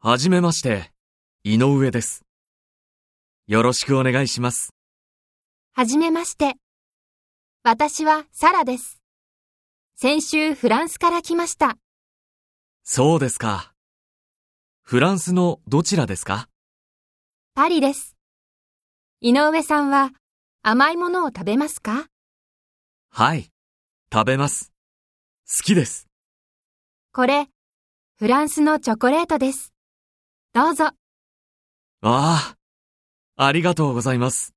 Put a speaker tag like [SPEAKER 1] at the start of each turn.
[SPEAKER 1] はじめまして、井上です。よろしくお願いします。
[SPEAKER 2] はじめまして。私はサラです。先週フランスから来ました。
[SPEAKER 1] そうですか。フランスのどちらですか
[SPEAKER 2] パリです。井上さんは甘いものを食べますか
[SPEAKER 1] はい。食べます。好きです。
[SPEAKER 2] これ、フランスのチョコレートです。どうぞ。
[SPEAKER 1] ああ、ありがとうございます。